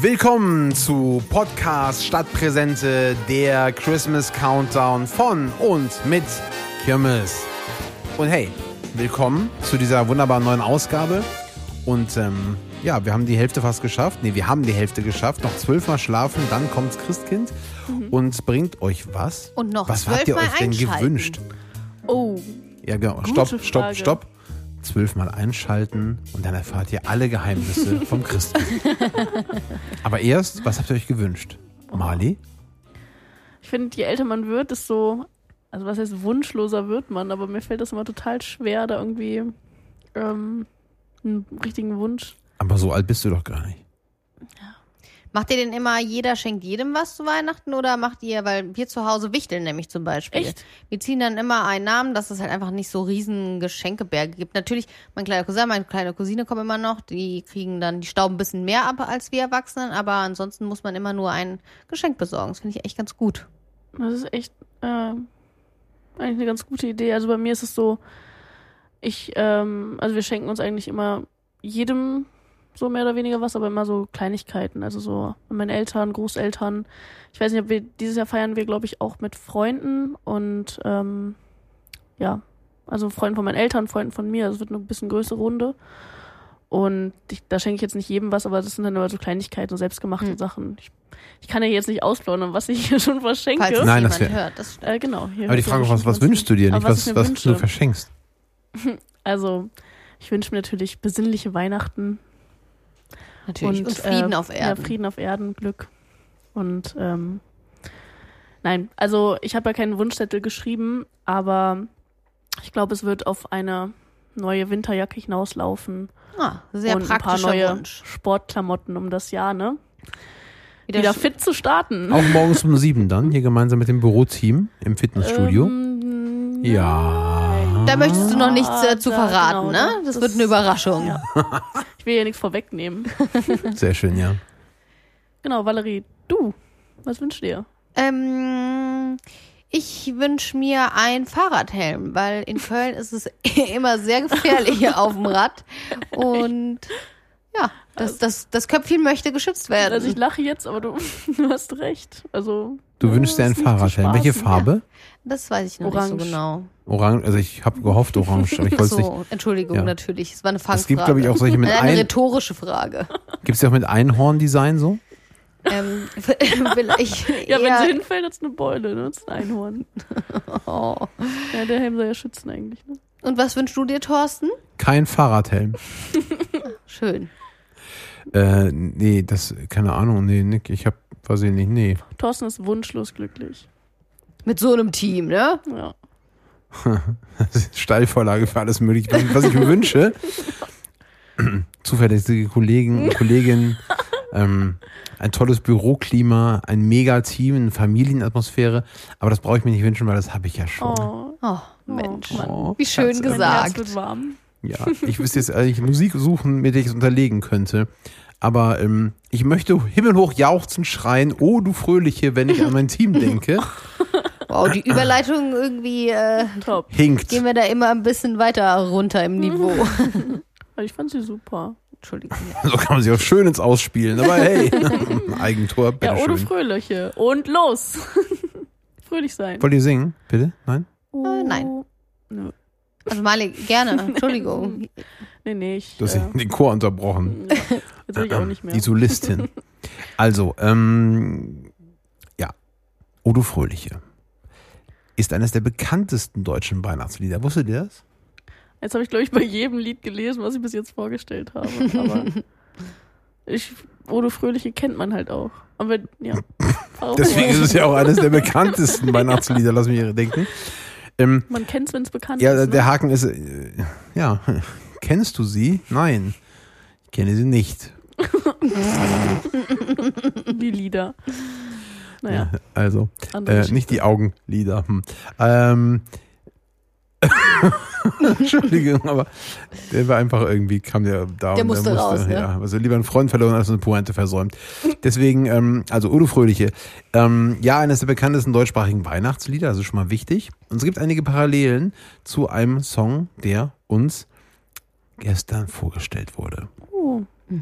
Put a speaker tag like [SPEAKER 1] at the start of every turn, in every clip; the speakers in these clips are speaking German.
[SPEAKER 1] Willkommen zu Podcast Stadtpräsente, der Christmas Countdown von und mit Kirmes. Und hey, willkommen zu dieser wunderbaren neuen Ausgabe. Und ähm, ja, wir haben die Hälfte fast geschafft. Nee, wir haben die Hälfte geschafft. Noch zwölfmal schlafen, dann kommt's Christkind und bringt euch was.
[SPEAKER 2] Mhm. Und noch
[SPEAKER 1] Was habt ihr
[SPEAKER 2] zwölfmal
[SPEAKER 1] euch denn
[SPEAKER 2] einschalten.
[SPEAKER 1] gewünscht?
[SPEAKER 2] Oh,
[SPEAKER 1] Ja, genau.
[SPEAKER 2] Gute
[SPEAKER 1] Stopp,
[SPEAKER 2] Frage.
[SPEAKER 1] stopp, stopp. Zwölfmal einschalten und dann erfahrt ihr alle Geheimnisse vom Christen. Aber erst, was habt ihr euch gewünscht? Mali?
[SPEAKER 3] Ich finde, je älter man wird, desto, also was heißt wunschloser wird man, aber mir fällt das immer total schwer, da irgendwie ähm, einen richtigen Wunsch.
[SPEAKER 1] Aber so alt bist du doch gar nicht.
[SPEAKER 2] macht ihr denn immer, jeder schenkt jedem was zu Weihnachten oder macht ihr, weil wir zu Hause wichteln nämlich zum Beispiel.
[SPEAKER 3] Echt?
[SPEAKER 2] Wir ziehen dann immer einen Namen, dass es halt einfach nicht so riesen Geschenkeberge gibt. Natürlich, mein kleiner Cousin, meine kleine Cousine kommen immer noch, die kriegen dann, die stauben ein bisschen mehr ab als wir Erwachsenen, aber ansonsten muss man immer nur ein Geschenk besorgen. Das finde ich echt ganz gut.
[SPEAKER 3] Das ist echt ähm, eigentlich eine ganz gute Idee. Also bei mir ist es so, ich, ähm, also wir schenken uns eigentlich immer jedem so mehr oder weniger was, aber immer so Kleinigkeiten. Also so meine Eltern, Großeltern. Ich weiß nicht, ob wir dieses Jahr feiern wir, glaube ich, auch mit Freunden und ähm, ja, also Freunden von meinen Eltern, Freunden von mir. Also es wird eine bisschen größere Runde. Und ich, da schenke ich jetzt nicht jedem was, aber das sind dann immer so Kleinigkeiten, so selbstgemachte
[SPEAKER 2] Hm.
[SPEAKER 3] Sachen. Ich, ich kann ja jetzt nicht ausplaudern, was ich hier schon verschenke.
[SPEAKER 2] Falls es
[SPEAKER 1] Nein, das
[SPEAKER 2] jemand
[SPEAKER 1] wär-
[SPEAKER 2] hört. Das
[SPEAKER 3] Äh, genau. Hier
[SPEAKER 1] Aber die
[SPEAKER 3] wird ja
[SPEAKER 1] Frage ist, was, was
[SPEAKER 3] bestimmt
[SPEAKER 1] wünschst du dir,
[SPEAKER 3] Aber
[SPEAKER 1] nicht
[SPEAKER 3] was
[SPEAKER 1] was,
[SPEAKER 3] ich mir
[SPEAKER 1] was
[SPEAKER 3] wünsche.
[SPEAKER 1] du verschenkst?
[SPEAKER 3] Also, ich wünsche mir natürlich besinnliche Weihnachten
[SPEAKER 2] natürlich. Und,
[SPEAKER 3] und
[SPEAKER 2] Frieden
[SPEAKER 3] äh,
[SPEAKER 2] auf Erden.
[SPEAKER 3] Ja, Frieden auf Erden, Glück. Und ähm, nein, also ich habe ja keinen Wunschzettel geschrieben, aber ich glaube, es wird auf eine neue Winterjacke hinauslaufen.
[SPEAKER 2] Ah, sehr
[SPEAKER 3] und ein paar
[SPEAKER 2] praktischer
[SPEAKER 3] neue
[SPEAKER 2] Wunsch.
[SPEAKER 3] Sportklamotten, um das Jahr, ne?
[SPEAKER 2] Wieder
[SPEAKER 3] Wieder
[SPEAKER 2] sch-
[SPEAKER 3] fit zu starten.
[SPEAKER 1] Auch morgens um sieben dann, hier gemeinsam mit dem Büroteam im Fitnessstudio.
[SPEAKER 3] Ähm,
[SPEAKER 1] ja.
[SPEAKER 2] Da möchtest du noch nichts
[SPEAKER 3] Ah,
[SPEAKER 2] äh, zu
[SPEAKER 3] da,
[SPEAKER 2] verraten,
[SPEAKER 3] genau,
[SPEAKER 2] ne?
[SPEAKER 3] da-
[SPEAKER 2] Das,
[SPEAKER 3] das-
[SPEAKER 2] wird eine Überraschung.
[SPEAKER 3] Ja. Ich will ja nichts vorwegnehmen.
[SPEAKER 1] Sehr schön, ja.
[SPEAKER 3] Genau, Valerie, du, was wünschst du dir?
[SPEAKER 2] Ähm, ich wünsche mir einen Fahrradhelm, weil in Köln ist es immer sehr gefährlich hier auf dem Rad. Und ja, das, das, das Köpfchen möchte geschützt werden.
[SPEAKER 3] Also ich lache jetzt, aber du, du hast recht. Also
[SPEAKER 1] Du
[SPEAKER 3] ja,
[SPEAKER 1] wünschst dir
[SPEAKER 3] ist
[SPEAKER 1] einen
[SPEAKER 3] nicht zu
[SPEAKER 1] Fahrradhelm.
[SPEAKER 3] spaßen.
[SPEAKER 1] Welche Farbe?
[SPEAKER 2] das weiß ich noch nicht
[SPEAKER 3] Orange.
[SPEAKER 2] so genau.
[SPEAKER 1] Orange, also ich habe gehofft orange, aber ich wollte es nicht.
[SPEAKER 2] So, Entschuldigung,
[SPEAKER 1] Ja.
[SPEAKER 2] natürlich. Es war eine Fangfrage.
[SPEAKER 1] Es gibt, glaube ich, auch solche mit
[SPEAKER 2] Nein, eine
[SPEAKER 1] ein,
[SPEAKER 2] rhetorische Frage.
[SPEAKER 1] gibt's ja auch mit Einhorn-Design so?
[SPEAKER 2] ähm, vielleicht.
[SPEAKER 3] Ja, wenn
[SPEAKER 2] eher-
[SPEAKER 3] sie hinfällt, ist eine Beule, ne? Ist ein Einhorn.
[SPEAKER 2] oh.
[SPEAKER 3] Ja, der Helm soll ja schützen eigentlich. Ne?
[SPEAKER 2] Und was wünschst du dir, Thorsten?
[SPEAKER 1] Kein Fahrradhelm.
[SPEAKER 2] Schön.
[SPEAKER 1] Äh, nee, das, keine Ahnung, nee, Nick, ich hab, weiß ich nicht, nee.
[SPEAKER 3] Thorsten ist wunschlos glücklich.
[SPEAKER 2] Mit so einem Team, ne?
[SPEAKER 3] Ja.
[SPEAKER 1] Das ist Steilvorlage für alles Mögliche, was, was ich mir wünsche. Zuverlässige Kollegen und Kolleginnen, ähm, ein tolles Büroklima, ein Mega-Team, eine Familienatmosphäre. Aber das brauche ich mir nicht wünschen, weil das habe ich ja schon.
[SPEAKER 3] Oh.
[SPEAKER 2] Oh, Mensch.
[SPEAKER 3] Mann.
[SPEAKER 1] Oh,
[SPEAKER 2] Wie schön
[SPEAKER 1] Schatz,
[SPEAKER 3] Mein Herz
[SPEAKER 2] gesagt.
[SPEAKER 3] wird warm.
[SPEAKER 1] Ja, ich wüsste jetzt eigentlich Musik suchen, mit der ich es unterlegen könnte. Aber ähm, ich möchte himmelhoch jauchzen, schreien, oh du Fröhliche, wenn ich an mein Team denke.
[SPEAKER 2] Wow, die Überleitung irgendwie, äh,
[SPEAKER 3] Top.
[SPEAKER 1] Hinkt.
[SPEAKER 2] gehen wir da immer ein bisschen weiter runter im Niveau.
[SPEAKER 3] Also ich fand sie super.
[SPEAKER 2] Entschuldigung.
[SPEAKER 1] So kann man sich auch schön ins Ausspielen. Aber hey, Eigentor,
[SPEAKER 3] Ja, ohne
[SPEAKER 1] bitteschön.
[SPEAKER 3] Fröhliche. Und los! Fröhlich sein.
[SPEAKER 1] Wollt ihr singen? Bitte? Nein?
[SPEAKER 3] Oh,
[SPEAKER 2] Äh, nein. Also Mali, gerne. Entschuldigung.
[SPEAKER 3] Nee, nee, ich.
[SPEAKER 1] Du hast
[SPEAKER 3] äh,
[SPEAKER 1] den- den Chor unterbrochen.
[SPEAKER 3] ja. Jetzt will Hm, ich auch nicht mehr.
[SPEAKER 1] Die Solistin. Also, ähm, ja. O du Fröhliche ist eines der bekanntesten deutschen Weihnachtslieder. Wusstet ihr das?
[SPEAKER 3] Jetzt habe ich, glaube ich, bei jedem Lied gelesen, was ich bis jetzt vorgestellt habe. Aber ich, Odo Fröhliche kennt man halt auch. Aber ja. Warum?
[SPEAKER 1] Deswegen ist es ja auch eines der bekanntesten Weihnachtslieder, lass mich denken. Ähm,
[SPEAKER 3] man kennt es, wenn es bekannt
[SPEAKER 1] ja,
[SPEAKER 3] ist.
[SPEAKER 1] der
[SPEAKER 3] ne?
[SPEAKER 1] Haken ist, äh, ja, kennst du sie? Nein, ich kenne sie nicht.
[SPEAKER 3] Die Lieder. Naja,
[SPEAKER 1] Also,
[SPEAKER 3] andere
[SPEAKER 1] äh,
[SPEAKER 3] Geschichte.
[SPEAKER 1] nicht die Augenlider. Hm. Ähm, Entschuldigung, aber der war einfach irgendwie, kam der da.
[SPEAKER 2] Der
[SPEAKER 1] und
[SPEAKER 2] musste raus, ne?
[SPEAKER 1] Ja, also lieber einen Freund verloren als eine Pointe versäumt. Deswegen, ähm, also Udo Fröhliche. Ähm, ja, eines der bekanntesten deutschsprachigen Weihnachtslieder, also schon mal wichtig. Und es gibt einige Parallelen zu einem Song, der
[SPEAKER 2] Oh, mhm.
[SPEAKER 1] uns gestern vorgestellt wurde.
[SPEAKER 3] Oh,
[SPEAKER 1] Ihr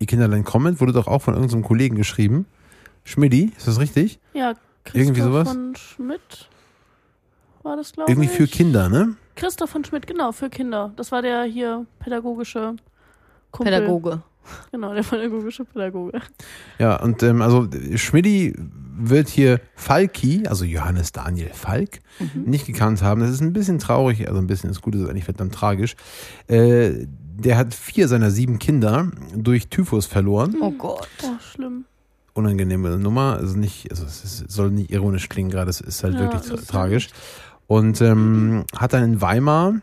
[SPEAKER 1] die Kinder dann kommen, wurde doch auch von irgendeinem Kollegen geschrieben. Schmidti, ist das richtig?
[SPEAKER 3] Ja, Christoph
[SPEAKER 1] Irgendwie sowas?
[SPEAKER 3] von Schmidt war das, glaube ich.
[SPEAKER 1] Irgendwie für Kinder, ne?
[SPEAKER 3] Christoph von Schmidt, genau, für Kinder. Das war der hier pädagogische Kumpel.
[SPEAKER 2] Pädagoge.
[SPEAKER 3] Genau, der pädagogische Pädagoge.
[SPEAKER 1] Ja, und ähm, also Schmidti wird hier Falki, also Johannes Daniel Falk,
[SPEAKER 3] Mhm.
[SPEAKER 1] nicht gekannt haben. Das ist ein bisschen traurig, also ein bisschen, das Gute ist eigentlich verdammt tragisch. Äh, der hat vier seiner sieben Kinder durch Typhus verloren.
[SPEAKER 2] Oh Gott.
[SPEAKER 3] Oh, schlimm.
[SPEAKER 1] Unangenehme Nummer, also nicht, also es ist, soll nicht ironisch klingen gerade, es ist halt
[SPEAKER 3] Ja,
[SPEAKER 1] wirklich
[SPEAKER 3] das
[SPEAKER 1] tra
[SPEAKER 3] ist-
[SPEAKER 1] tragisch. Und ähm, hat dann in Weimar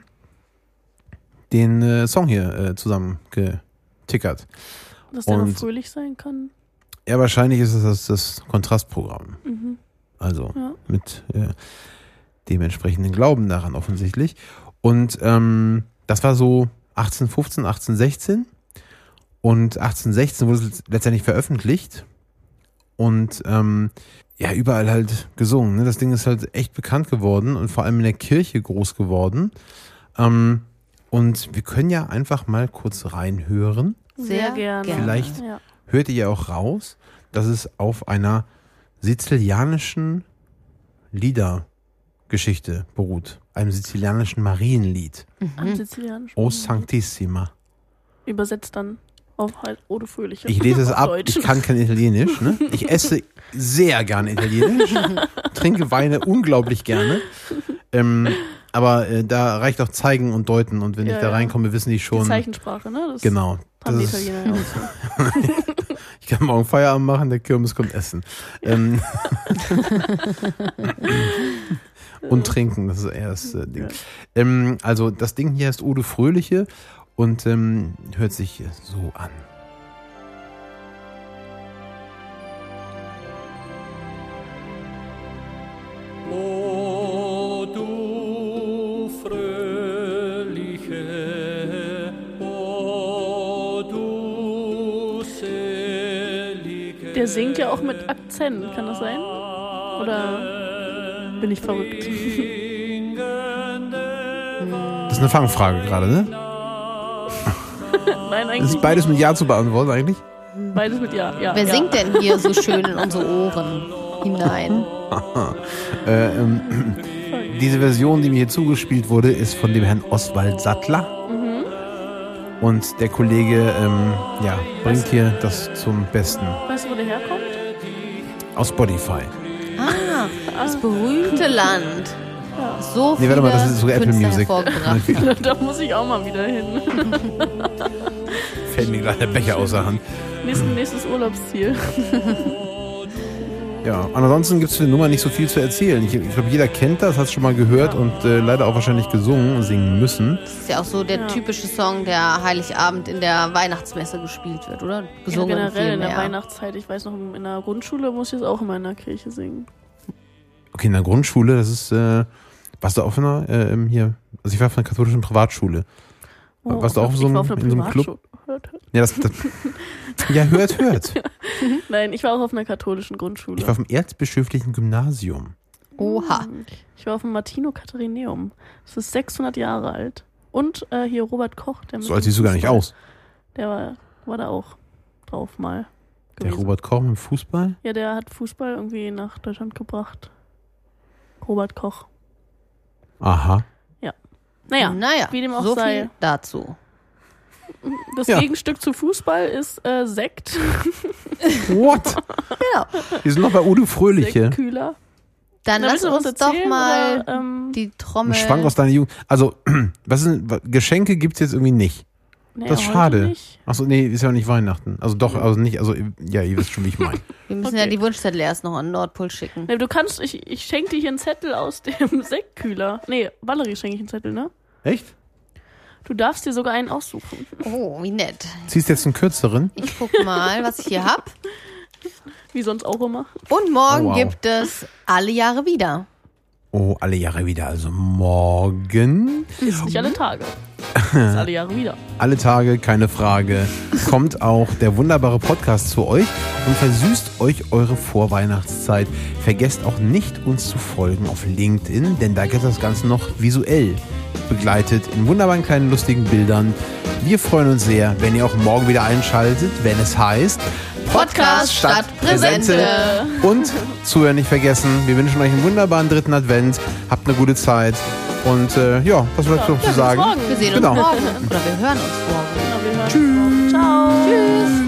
[SPEAKER 1] den äh, Song hier äh, zusammengetickert.
[SPEAKER 3] Dass der
[SPEAKER 1] Und-
[SPEAKER 3] noch fröhlich sein kann.
[SPEAKER 1] Ja, wahrscheinlich ist es das, das Kontrastprogramm.
[SPEAKER 3] Mhm.
[SPEAKER 1] Also
[SPEAKER 3] Ja.
[SPEAKER 1] mit äh, dem entsprechenden Glauben daran offensichtlich. Und ähm, das war so 1815, 1816. Und 1816 wurde es letztendlich veröffentlicht. Und ähm, ja, überall halt gesungen. Ne? Das Ding ist halt echt bekannt geworden und vor allem in der Kirche groß geworden. Ähm, und wir können ja einfach mal kurz reinhören.
[SPEAKER 2] Sehr gerne.
[SPEAKER 1] Vielleicht-
[SPEAKER 3] Ja.
[SPEAKER 1] Hört ihr ja auch raus, dass es auf einer sizilianischen Liedergeschichte beruht. Einem sizilianischen Marienlied.
[SPEAKER 2] Mhm.
[SPEAKER 3] Am sizilianischen.
[SPEAKER 1] O Sanctissima.
[SPEAKER 3] Übersetzt dann auf halt Ode Fröhliche.
[SPEAKER 1] Ich lese es
[SPEAKER 3] Auf
[SPEAKER 1] ab,
[SPEAKER 3] Deutsch.
[SPEAKER 1] ich kann kein Italienisch. Ne? Ich esse sehr gerne Italienisch, trinke Weine unglaublich gerne. Ähm, aber äh, da reicht auch Zeigen und Deuten. Und wenn
[SPEAKER 3] Ja,
[SPEAKER 1] ich da
[SPEAKER 3] ja.
[SPEAKER 1] reinkomme, wissen die
[SPEAKER 3] Die
[SPEAKER 1] schon.
[SPEAKER 3] Zeichensprache, ne? Das
[SPEAKER 1] genau.
[SPEAKER 3] Haben die
[SPEAKER 1] Das ist,
[SPEAKER 3] Italiener ja auch so.
[SPEAKER 1] ich kann morgen Feierabend machen, der Kirmes kommt essen. Ähm, und trinken, das ist eher das äh, Ding.
[SPEAKER 3] Ja.
[SPEAKER 1] Ähm, also das Ding hier heißt Ode Fröhliche und ähm, hört sich äh, so an.
[SPEAKER 4] O du fröhliche, o du selige.
[SPEAKER 3] Der singt ja auch mit Akzent, kann das sein? Oder bin ich verrückt?
[SPEAKER 1] Das ist eine Fangfrage gerade, ne?
[SPEAKER 3] Nein,
[SPEAKER 1] Das
[SPEAKER 3] eigentlich
[SPEAKER 1] ist beides mit Ja zu beantworten eigentlich.
[SPEAKER 3] nicht. beides mit Ja. ja
[SPEAKER 2] Wer
[SPEAKER 3] ja.
[SPEAKER 2] singt denn hier so schön in unsere Ohren hinein?
[SPEAKER 1] Äh, ähm, diese Version, die mir hier zugespielt wurde, ist von dem Herrn Oswald Sattler. Und der Kollege ähm, ja, bringt hier das zum Besten.
[SPEAKER 3] Weißt du, wo der herkommt?
[SPEAKER 1] Aus Spotify.
[SPEAKER 2] Ah, das berühmte Land. So
[SPEAKER 1] Nee,
[SPEAKER 2] viele
[SPEAKER 1] warte mal, das ist sogar Apple
[SPEAKER 2] Künstler
[SPEAKER 1] Music.
[SPEAKER 2] hervorgebracht.
[SPEAKER 3] da muss ich auch mal wieder hin.
[SPEAKER 1] Fällt mir gerade der Becher aus der Hand.
[SPEAKER 3] Nächstes, nächstes Urlaubsziel.
[SPEAKER 1] Ja, und ansonsten gibt es für die Nummer nicht so viel zu erzählen. Ich, ich glaube, jeder kennt das, hat es schon mal gehört und äh, leider auch wahrscheinlich gesungen und singen müssen.
[SPEAKER 2] Das ist ja auch so der
[SPEAKER 3] Ja.
[SPEAKER 2] typische Song, der Heiligabend in der Weihnachtsmesse gespielt wird, oder?
[SPEAKER 3] Ja,
[SPEAKER 2] Gesungen
[SPEAKER 3] generell in der
[SPEAKER 2] vielmehr.
[SPEAKER 3] Weihnachtszeit. Ich weiß noch, in der Grundschule muss ich das auch immer in der Kirche singen.
[SPEAKER 1] Okay, in der Grundschule, das ist, äh, warst du auf einer, äh, ähm, hier, also ich war auf einer katholischen Privatschule. Warst du auch
[SPEAKER 3] Oh ich
[SPEAKER 1] so
[SPEAKER 3] war
[SPEAKER 1] ein-
[SPEAKER 3] auf einer
[SPEAKER 1] in so einem Club?
[SPEAKER 3] Privatschule. Hört, hört.
[SPEAKER 1] Ja, das, das, ja hört, hört.
[SPEAKER 3] Nein, ich war auch auf einer katholischen Grundschule.
[SPEAKER 1] Ich war auf dem erzbischöflichen Gymnasium.
[SPEAKER 2] Oha.
[SPEAKER 3] Ich war auf dem Martino Katharineum. Das ist 600 Jahre alt. Und äh, hier Robert Koch, der mit
[SPEAKER 1] So alt
[SPEAKER 3] dem
[SPEAKER 1] siehst du gar nicht
[SPEAKER 3] Fußball-
[SPEAKER 1] aus.
[SPEAKER 3] Der war, war da auch drauf mal.
[SPEAKER 1] Der
[SPEAKER 3] gewesen.
[SPEAKER 1] Robert Koch im Fußball?
[SPEAKER 3] Ja, der hat Fußball irgendwie nach Deutschland gebracht. Robert Koch.
[SPEAKER 1] Aha.
[SPEAKER 3] Naja,
[SPEAKER 2] naja,
[SPEAKER 3] wie dem auch
[SPEAKER 2] so
[SPEAKER 3] sei.
[SPEAKER 2] viel dazu.
[SPEAKER 3] das
[SPEAKER 1] Ja.
[SPEAKER 3] Gegenstück zu Fußball ist äh, Sekt,
[SPEAKER 1] What?
[SPEAKER 2] Genau.
[SPEAKER 1] Wir sind noch bei Udo Fröhliche.
[SPEAKER 3] Sektkühler.
[SPEAKER 2] Dann
[SPEAKER 3] Na,
[SPEAKER 2] lass
[SPEAKER 3] willst du
[SPEAKER 2] uns
[SPEAKER 3] was erzählen,
[SPEAKER 2] doch mal
[SPEAKER 3] Oder, ähm,
[SPEAKER 2] die
[SPEAKER 1] Ein
[SPEAKER 2] Trommel.
[SPEAKER 1] Schwank aus deiner Jugend. Also, was sind, Geschenke gibt's jetzt irgendwie nicht.
[SPEAKER 3] naja,
[SPEAKER 1] das ist
[SPEAKER 3] heute
[SPEAKER 1] schade.
[SPEAKER 3] Nicht.
[SPEAKER 1] Achso, nee, ist ja auch nicht Weihnachten. Also doch, also nicht, also ja, ihr wisst schon, wie ich meine.
[SPEAKER 2] Wir müssen ja
[SPEAKER 3] Okay.
[SPEAKER 2] die Wunschzettel erst noch an den Nordpol schicken.
[SPEAKER 3] Nee, du kannst, ich, ich schenke dir hier einen Zettel aus dem Sektkühler. Nee, Valerie schenke ich einen Zettel, ne?
[SPEAKER 1] Echt?
[SPEAKER 3] Du darfst dir sogar einen aussuchen.
[SPEAKER 2] Oh, wie nett.
[SPEAKER 1] Ziehst jetzt einen kürzeren?
[SPEAKER 2] Ich guck mal, was ich hier hab.
[SPEAKER 3] Wie sonst auch immer.
[SPEAKER 2] Und morgen
[SPEAKER 1] Oh, wow.
[SPEAKER 2] gibt es alle Jahre wieder.
[SPEAKER 1] Oh, alle Jahre wieder. Also morgen.
[SPEAKER 3] Ist nicht alle Tage. Das ist alle Jahre wieder.
[SPEAKER 1] Alle Tage, keine Frage, kommt auch der wunderbare Podcast zu euch und versüßt euch eure Vorweihnachtszeit. Vergesst auch nicht, uns zu folgen auf LinkedIn, denn da gibt es das Ganze noch visuell begleitet in wunderbaren kleinen lustigen Bildern. Wir freuen uns sehr, wenn ihr auch morgen wieder einschaltet, wenn es heißt
[SPEAKER 2] Podcast statt Präsente.
[SPEAKER 1] Und zuhören nicht vergessen. Wir wünschen euch einen wunderbaren dritten Advent. Habt eine gute Zeit. Und äh, ja, was bleibt noch zu sagen?
[SPEAKER 3] Morgen.
[SPEAKER 2] Wir sehen uns
[SPEAKER 1] Genau.
[SPEAKER 2] morgen. Oder wir hören uns morgen.
[SPEAKER 3] Genau, wir hören uns morgen. Ciao. Tschüss.